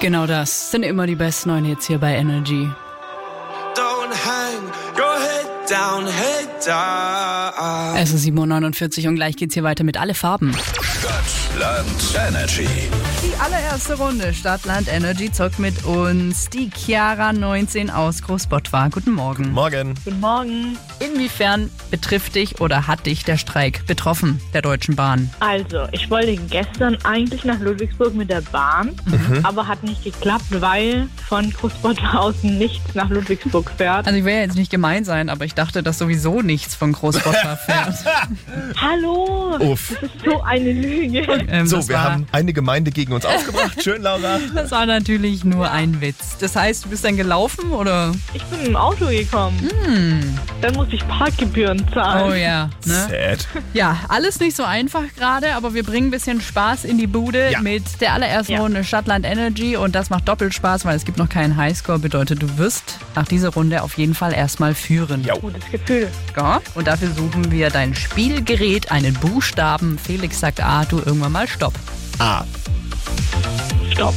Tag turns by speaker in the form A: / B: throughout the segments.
A: Genau das sind immer die besten neuen Hits hier bei Energy.
B: Don't hang your head down, head down.
A: Es ist 7.49 Uhr und gleich geht's hier weiter mit alle Farben.
C: Stadtland Energy.
D: Die allererste Runde Stadtland Energy zockt mit uns die Chiara 19 aus Großbottwar. Guten Morgen.
E: Morgen.
F: Guten Morgen.
D: Inwiefern betrifft dich oder hat dich der Streik betroffen der Deutschen Bahn?
F: Also, ich wollte gestern eigentlich nach Ludwigsburg mit der Bahn, aber hat nicht geklappt, weil von Großbottwar aus nichts nach Ludwigsburg fährt.
D: Also ich will ja jetzt nicht gemein sein, aber ich dachte, dass sowieso nichts von Großbottwar fährt.
F: Hallo!
E: Uff.
F: Das ist so eine Lüge.
D: Ähm,
E: So,
D: das
E: wir
D: war- Ne?
E: haben eine Gemeinde gegen uns aufgebracht. Schön, Laura.
D: Das war natürlich nur ein Witz. Das heißt, du bist dann gelaufen oder?
F: Ich bin im Auto gekommen. Dann muss ich Parkgebühren
A: Oh
F: zahlen.
D: ja. Ne?
E: Sad.
D: Ja, alles nicht so einfach gerade, aber wir bringen ein bisschen Spaß in die Bude
E: Ja.
D: mit der allerersten
F: Ja.
D: Runde Stadtland Energy und das macht doppelt Spaß, weil es gibt noch keinen Highscore. Bedeutet, du wirst nach dieser Runde auf jeden Fall erstmal führen.
E: Ja.
F: Gutes Gefühl.
D: Ja. Und dafür suchen wir dein Spielgerät, einen Buchstaben. Felix sagt A, du irgendwann mal Stopp.
E: A.
F: Stopp.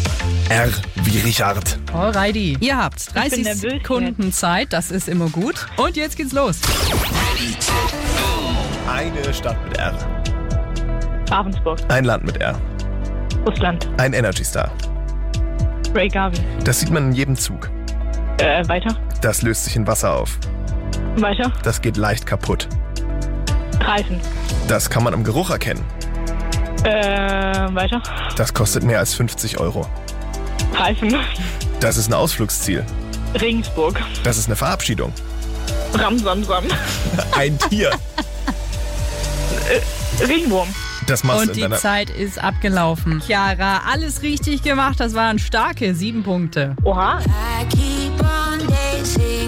E: R wie Richard.
D: Alrighty. Ihr habt
F: bin
D: 30
F: nervös
D: Sekunden Zeit, das ist immer gut. Und jetzt geht's los.
E: Eine Stadt mit R.
F: Ravensburg.
E: Ein Land mit R.
F: Russland.
E: Ein Energy Star.
F: Ray Garvey.
E: Das sieht man in jedem Zug.
F: Äh, weiter.
E: Das löst sich in Wasser auf.
F: Weiter.
E: Das geht leicht kaputt.
F: Reifen.
E: Das kann man am Geruch erkennen.
F: Äh, weiter.
E: Das kostet mehr als 50 Euro.
F: Reifen.
E: Das ist ein Ausflugsziel.
F: Regensburg.
E: Das ist eine Verabschiedung.
F: Ramsamsam.
E: Ein Tier.
F: Regenwurm.
E: Das machst du
D: Und
E: in
D: die
E: deiner...
D: Zeit ist abgelaufen. Chiara, alles richtig gemacht. Das waren starke sieben Punkte.
F: Oha.
G: I keep on dancing.